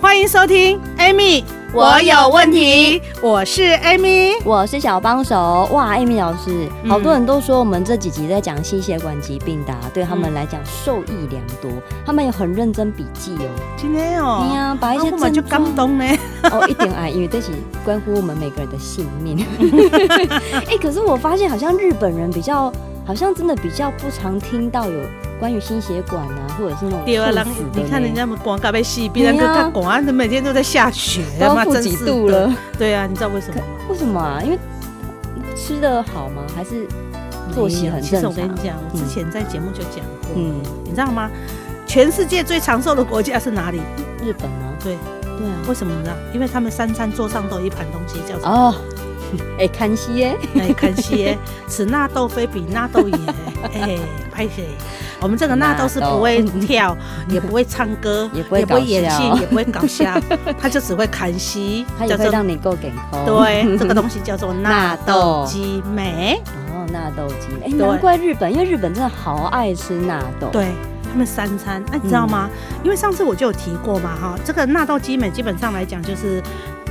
欢迎收听 Amy，我有问题，我是 Amy。我是小帮手。哇，艾米老师，嗯好多人都说我们这几集在讲心血管疾病的啊、对他们来讲受益良多，他们也很认真笔记哦。今天哦，哎呀，把一啊些我们就症感状 动呢。哦，一点爱，因为这是关乎我们每个人的性 命。 哎、可是我发现好像日本人比较，好像真的比较不常听到有关于心血管啊，或者是那种第二人猝死，的你看呢人家们广告被戏，别人对跟啊他广安，每天都在下雪，都要妈负真几是度的了。，对啊，你知道为什么吗？为什么啊？因为吃的好吗？还是作息很其正实常我跟你讲，我之前在节目就讲过，嗯，你知道吗？全世界最长寿的国家是哪里？日本吗？对对啊。为什么你知道？因为他们三餐桌上都有一盘东西叫什么？哦， 哎，看戏耶，哎，看西耶，此纳豆非彼纳豆也。哎，拍谁？我们这个纳豆是不会纳豆跳，也不会唱歌，也不会搞笑演戏，也不会搞笑，他就只会看戏，它也叫会做让你够健康。对这个东西叫做纳豆激酶。哦，纳豆鸡，哎，难怪日本，因为日本真的好爱吃纳豆。，对。他们三餐，哎、你知道吗？嗯因为上次我就有提过嘛，哈，这个纳豆激酶基本上来讲，就是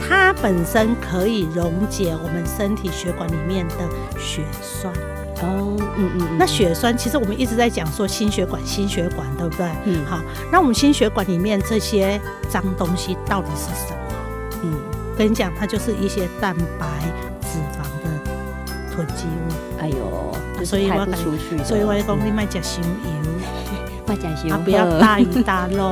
它本身可以溶解我们身体血管里面的血栓。哦，嗯嗯嗯，那血栓其实我们一直在讲说心血管，心血管对不对？嗯好，那我们心血管里面这些脏东西到底是什么？嗯，跟你讲，它就是一些蛋白、脂肪的囤积物。哎呦，就啊所是以我排要不改出去的。嗯所以我就讲，你卖吃熊油，卖讲啊，不要大鱼大肉，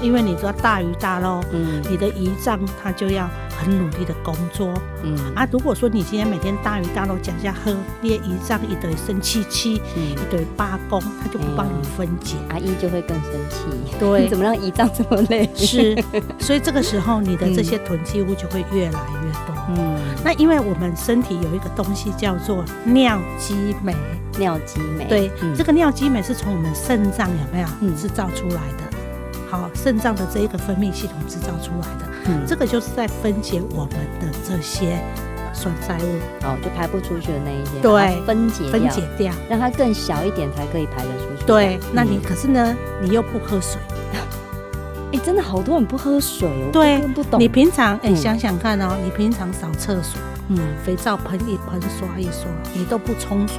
因为你知道大鱼大肉，嗯你的胰脏它就要很努力的工作嗯啊。如果说你今天每天大鱼大肉讲下喝，你的胰脏一堆生气气，嗯一，堆八公，它就不帮你分解。阿姨就会更生气。对 你怎么让胰脏这么累？是， 所以这个时候你的这些囤积物就会越来越多。嗯，那因为我们身体有一个东西叫做尿激酶，尿激酶。对，哎嗯这个尿激酶是从我们肾脏有没有嗯制造出来的？好，肾脏的这一个分泌系统制造出来的，嗯这个就是在分解我们的这些酸塞物，哦，就排不出去的那一些，对把它分解分掉解，掉。让它更小一点才可以排得出去。对，那你嗯可是呢，你又不喝水，哎，真的好多人不喝水哦，我对根本不懂。你平常哎嗯想想看哦，你平常扫厕所，嗯，肥皂喷一喷，刷一刷，你都不冲水，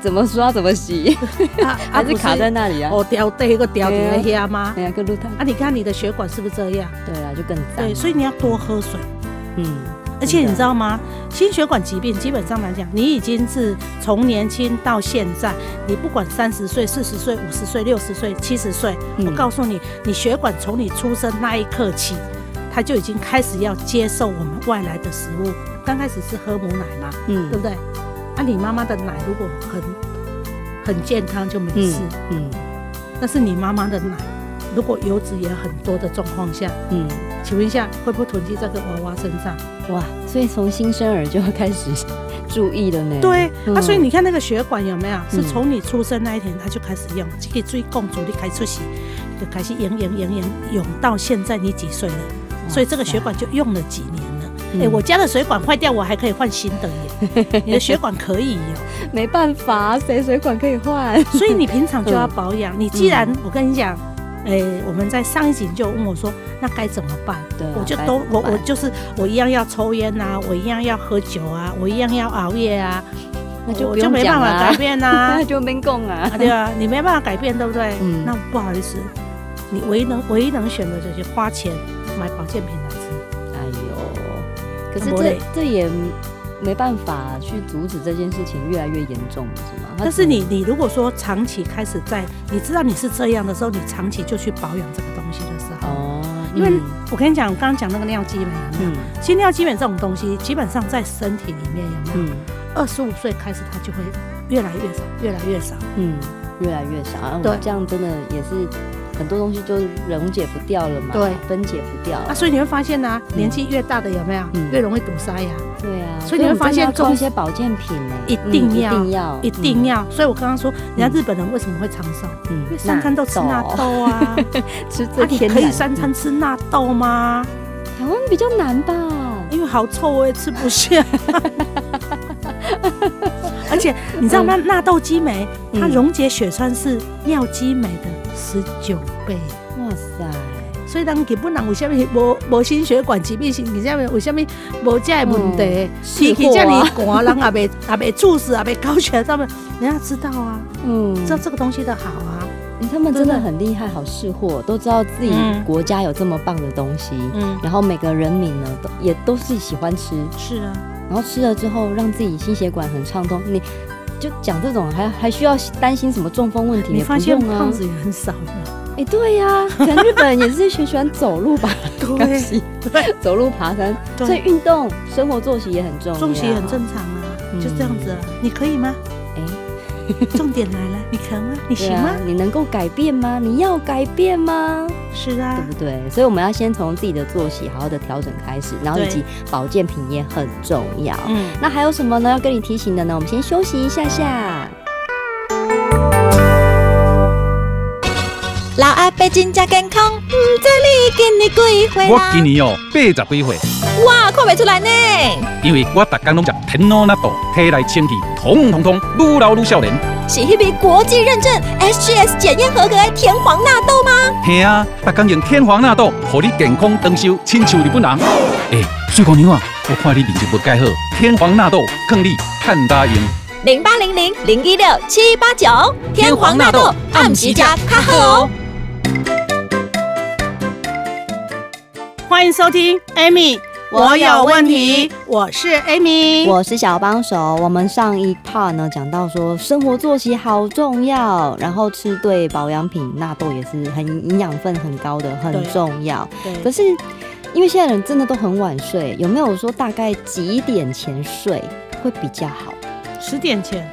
怎么刷怎 么洗，啊还是卡在那里啊？哦掉对一个掉底的遐吗？哎呀，跟露台。啊，你看你的血管是不是这样？对啊，就更脏。对，所以你要多喝水。嗯，而且你知道，道吗？心血管疾病基本上来讲，你已经是从年轻到现在，你不管三十岁、四十岁、五十岁、六十岁、七十岁，嗯我告诉你，你血管从你出生那一刻起，它就已经开始要接受我们外来的食物。刚开始是喝母奶嘛，嗯对不对？啊，你妈妈的奶如果很很健康就没嗯事，嗯但是你妈妈的奶如果油脂也很多的状况下，嗯，请问一下会不会囤积在这个娃娃身上？哇，所以从新生儿就要开始注意了呢。对，嗯啊，所以你看那个血管有没有？是从你出生那一天它就开始用，这个最共主力开始出血，就开始涌涌涌涌涌到现在你几岁了？哇，所以这个血管就用了几年了。哎、嗯我家的水管坏掉，我还可以换新的耶。你的血管可以哟，没办法，谁水管可以 换？所以你平常就要保养。你既然我跟你讲，哎、我们在上一集就问我说，那该怎么办？对啊我就该都怎么我办我就是我一样要抽烟呐、我一样要喝酒啊，我一样要熬夜啊，那就我不就用没办讲法改啦，变呐、那 就没供啊啊，。对啊，你没办法改变，对不对？嗯那不好意思，你唯一能唯一能选的就是花钱买保健品来吃。哎呦，可是不这嘞这也没办法去阻止这件事情越来越严重，是吗？它但是只你你如果说长期开始在你知道你是这样的时候，你长期就去保养这个东西的时候，哦，因为嗯我跟你讲，我刚刚讲那个尿基酶有没有？嗯其实尿基酶这种东西，基本上在身体里面有没有？嗯二十五岁开始它就哦会越来越少，越来越少。嗯，越来越少啊。对我这样真的也是很多东西就溶解不掉了嘛，对，分解不掉。啊，所以你会发现呢、嗯年纪越大的有没有、嗯越容易堵塞呀？对啊，所以你会我们发真的现要靠中一些保健品呢，一嗯定一要定要，一定要。所以我刚刚说，人家日本人为什么会长寿？嗯，因为三餐都吃纳豆啊，吃啊这，你天可以然三餐吃纳豆吗？台湾比较难吧？因为好臭，我也吃不 下。而且你知道吗？纳豆激酶嗯它溶解血栓是尿激酶的十九倍，哇塞，所以咱日本人为什么无无心血管疾病？是为什么为什么无这个问嗯题？天气这啊么寒，人也 未也未猝死，也未高血压，人家知道啊，嗯，知道这个东西的好啊。欸他们真真的的很厉害，好识货，都知道自己嗯国家有这么棒的东西。嗯，然后每个人民呢，都也都是喜欢吃，是啊，然后吃了之后让自己心血管很畅通。你就讲这种，还还需要担心什么中风问题？你也不发现用啊胖子也很少 了。哎、对呀、可能日本人也是喜欢走路吧， 对喜对，走路、爬山，对所以运动、生活作息也很重要。重息很正常啊，就这样子啊。你可以吗？嗯哎重点来 了，你可吗？你对行吗啊？？你能够改变吗？你要改变吗？是啊对，不对？所以我们要先从自己的作息好好的调整开始，然后以及保健品也很重要。嗯。那还有什么呢？要跟你提醒的呢？我们先休息一下下。老阿伯真正健康，唔知你今年几岁我啦？今年哦八十几岁，哇，看袂出来呢！因为我逐天拢食天脑纳豆，体内清气通通通，愈老愈少年。是迄笔国际认证 SGS 检验合格的甜黄纳豆吗？嘿啊，逐天用天皇纳豆，互你健康长寿，亲像日本人。诶、水姑娘啊，我看你面色不改好，天皇纳豆更你趁大用。零八零零零一六七八九，天皇纳豆按时加卡好哦。欢迎收听 Amy，我有问题，我是 Amy。我是小帮手。我们上一 part 呢讲到说，生活作息好重要，然后吃对保养品，纳豆也是很营养分很高的，很对啊重要。可对，是因为现在人真的都很晚睡，有没有说大概几点前睡会比较好？十点前，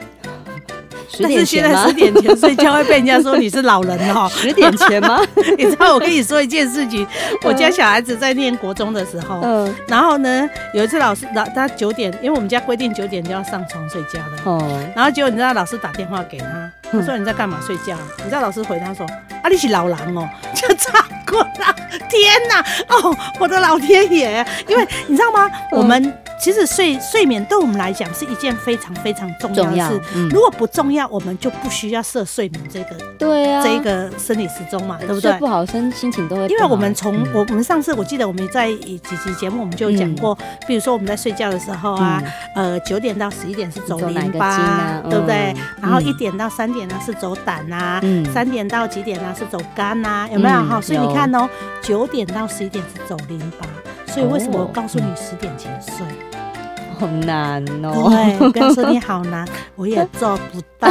十但点是现前在 吗。十？点前睡觉会被人家说你是老人哦 十点前吗？你知道我跟你说一件事情，我家小孩子在念国中的时候，嗯，然后呢，有一次老师老他九点，因为我们家规定九点就要上床睡觉了。哦，然后结果你知道老师打电话给他，嗯他说你在干嘛睡觉啊？你知道老师回他说啊你是老狼哦， 就炸过了，天哪！哦，我的老天爷！因为你知道吗？嗯我们其实睡睡眠对我们来讲是一件非常非常重要重的要事。，嗯如果不重要，我们就不需要设睡眠这个、对啊，这一个生理时钟嘛，对不对睡？不好，身心情都会不好。因为我们从嗯我我们上次我记得我们在几集节目我们就有讲过，比如说我们在睡觉的时候啊，嗯呃，九点到十一点是走走哪淋个巴，筋啊对不对嗯？然后嗯一点到三点呢是走胆啊，嗯三点到几点呢是走肝啊，有没有嗯哈？所以有你看哦，九点到十一点是走淋巴。所以为什么我哦告诉你十点前睡？好难哦，对， 不要说你好难，我也做不到，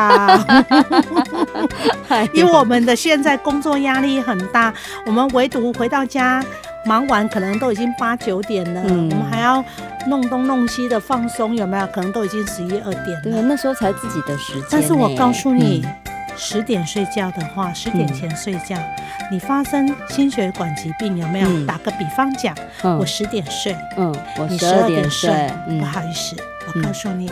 哎因为我们的现在工作压力很大，我们唯独回到家忙完，可能都已经八九点了，嗯我们还要弄东弄西的放松，有没有？可能都已经十一二点对啊了。那时候才自己的时间呢。但是我告诉你嗯，，十、点睡觉的话，十点前睡觉，你发生心血管疾病有没有？嗯打个比方讲，嗯我十点睡，嗯，我你十十二二点点睡睡，，嗯不，好意思，我嗯告诉你，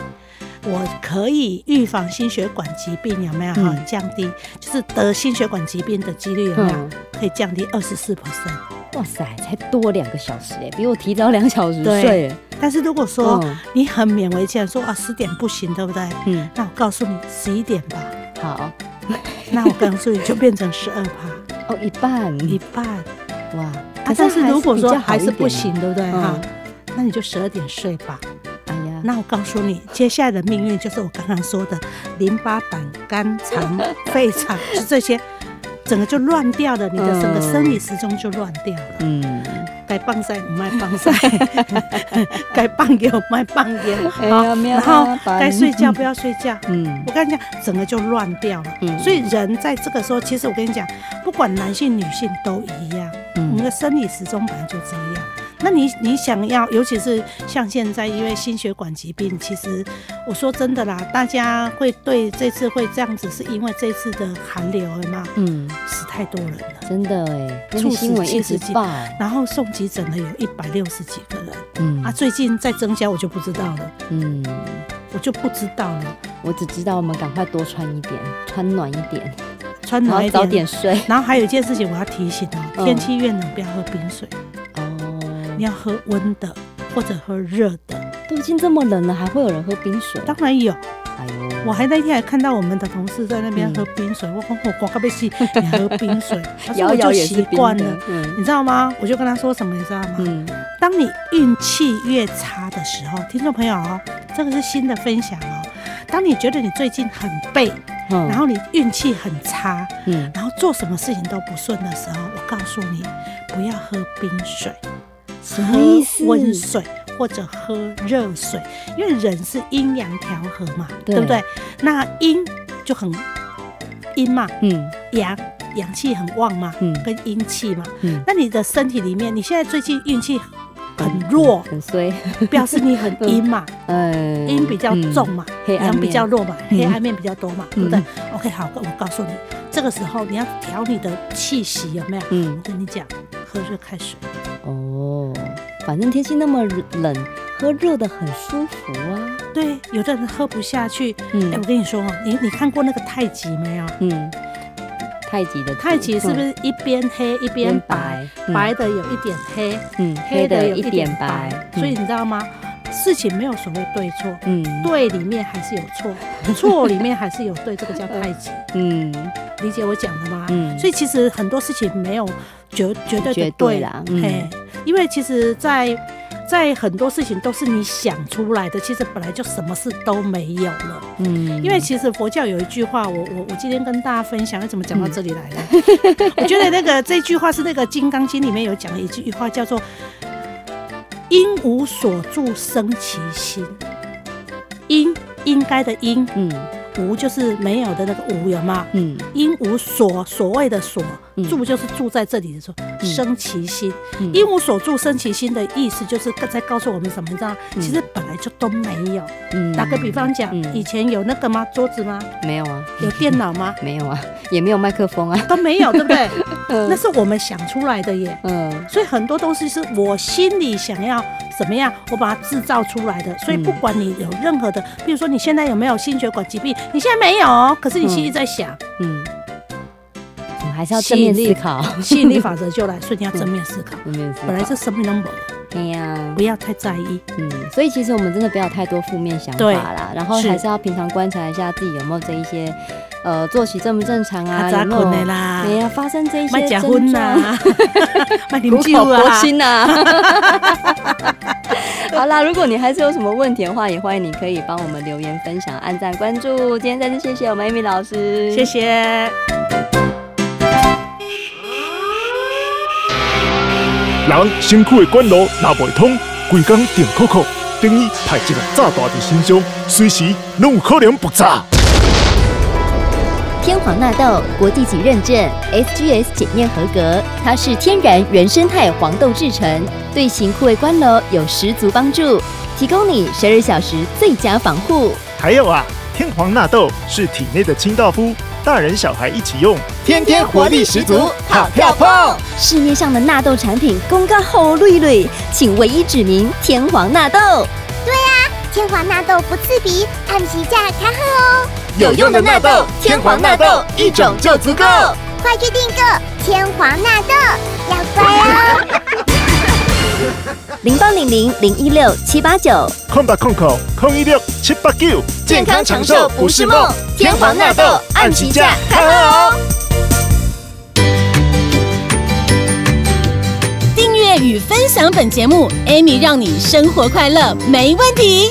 我可以预防心血管疾病，有没有？哈、嗯降低就是得心血管疾病的几率有没有？嗯可以降低二十四 percent。哇塞，才多两个小时哎，比我提早两小时对睡耶。但是如果说、嗯你很勉为其难说啊十点不行，对不对？嗯，那我告诉你十一点吧，好，那我告诉你就变成十二趴哦，一半，一半。哇，啊可但是如果比说较好还一是不点行，，对不对？嗯哈、那你就十二点睡吧。啊哎呀，那我告诉你，接下来的命运就是我刚刚说 的淋巴、胆、肝、肠、肺肠，就这些，整个就乱掉了，你的整个生理时钟就乱掉了。嗯，该棒晒唔卖棒 晒，该棒给我卖棒给我，哎好呀，没有然后啊该睡觉，不要，要睡觉。嗯我跟你讲，整个就乱掉了。嗯所以人在这个时候，其实我跟你讲，不管男性女性都一样。我们嗯的生理时钟本来就这样。那你你想要，尤其是像现在，因为心血管疾病，其实我说真的啦，大家会对这次会这样子，是因为这次的寒流嘛，嗯，死太太多人了。真的哎，那猝个死新闻一直70几报，然后送急诊的有一百六十几个人嗯啊，最近在增加，我就不知道了，嗯，我就不知道了。我只知道我们赶快多穿一点，穿暖一点，穿然暖后一早点。点睡。然后还有一件事情我要提醒哦，嗯天气越冷不要喝冰水，你哦，要喝温的或者喝热的。都已经这么冷了，还会有人喝冰水？当然有，哎呦，我还那天还看到我们的同事在那边嗯喝冰水，我说我刮个被吸，你喝冰水，他说摇我摇就也是习冰惯的了。，嗯你知道吗？我就跟他说什么，你知道吗？嗯，当你运气越差的时候，听众朋友哦，这个是新的分享哦。当你觉得你最近很背，然然后你运气很差，嗯，然后做什么事情都不顺的时候，我告诉你，不要喝冰水，什么意思喝？温水或者喝热水，因为人是阴阳调和嘛，对对不对？那阴就很阴嘛，嗯阳阳气很旺嘛，嗯跟阴气嘛。嗯，那你的身体里面，你现在最近运气很弱，很衰，表示你 很阴嘛，嗯，阴比较重嘛，黑暗阳面比较弱嘛，嗯黑暗面比较多嘛，对不对嗯？OK，好，我告诉你，这个时候你要调你的气息，有没有？嗯，我跟你讲，喝热开水，嗯哦，反正天气那么冷，喝热的很舒服啊，对，有的人喝不下去。哎，我嗯跟你说哦，你你看过那个太极没有？嗯，太极的太极是不嗯是一边黑一边白，？嗯白的有一点黑，嗯，黑黑的的有一一点点白白，。嗯所以你知道吗？事情没有所谓对错，嗯对里面还是有 错，错里面还是有对，这个叫太极。嗯理解我讲的吗？嗯所以其实很多事情没有绝绝对的绝对对啦嗯嘿，因为其实在，在很多事情都是你想出来的，其实本来就什么事都没有了。嗯，因为其实佛教有一句话，我我我今天跟大家分享，哎怎么讲到这里来 了？我觉得那个这句话是那个《金刚经》里面有讲的一句话，叫做“因无所住生其心”，因应该的因，嗯无就是没有的那个无，有吗？嗯因无所所谓的所嗯住就是住在这里的时候，嗯生其心。嗯因无所住生其心的意思就是在告诉我们什么？你知道吗，嗯其实本来就都没有。嗯打个比方讲，嗯以前有那个吗？桌子吗？没有啊，有电脑吗？没有啊，也没有麦克风啊，都没 有，对不对？那嗯是我们想出来的耶。嗯所以很多东西是我心里想要怎么样，我把它制造出来嗯的。所以不管你有任何的，比如说你现在有没有心血管疾病，你现在没有哦，可是你心里在想，嗯，我们还是要正面吸引思力考，吸引力法则就来，所以你要正面思考。正面思考，本来是嗯生命的某，哎呀不，要太在意。嗯，所以其实我们真的不要太多负面想对法啦，然后是还是要平常观察一下自己有没有这一些，呃，作息正不正常啊，较早有没困的有啦哎，呀发生这一卖些假症婚啊状呐， 卖苦饮酒口婆啊。心呐、 好啦，如果你还是有什么问题的话，也欢迎你可以帮我们留言、分享、按赞、关注。今天再次谢谢我们 Amy 老师，谢谢。人身躯的管路拿袂通，规工定扣扣，等于派一个炸弹伫身上，随时拢有可能爆炸。天皇纳豆国际级认证，SGS 检验合格，它是天然原生态黄豆制成，对型护卫官楼有十足帮助，提供你十二小时最佳防护。还有啊，天皇纳豆是体内的清道夫，大人小孩一起用，天天活力十足，跑跳跑。市面上的纳豆产品公告后绿绿，请唯一指明天皇纳豆。啊天皇纳豆不刺鼻，按时价开喝哦！有用的纳豆天皇纳豆一种就足够快去订购天皇纳豆，要乖哦！ 零八零零零一六七八九，空吧空口，空一六七八九，健康长寿不是梦。天皇纳豆按起价，看哦。订阅与分享本节目，Amy 让你生活快乐没问题。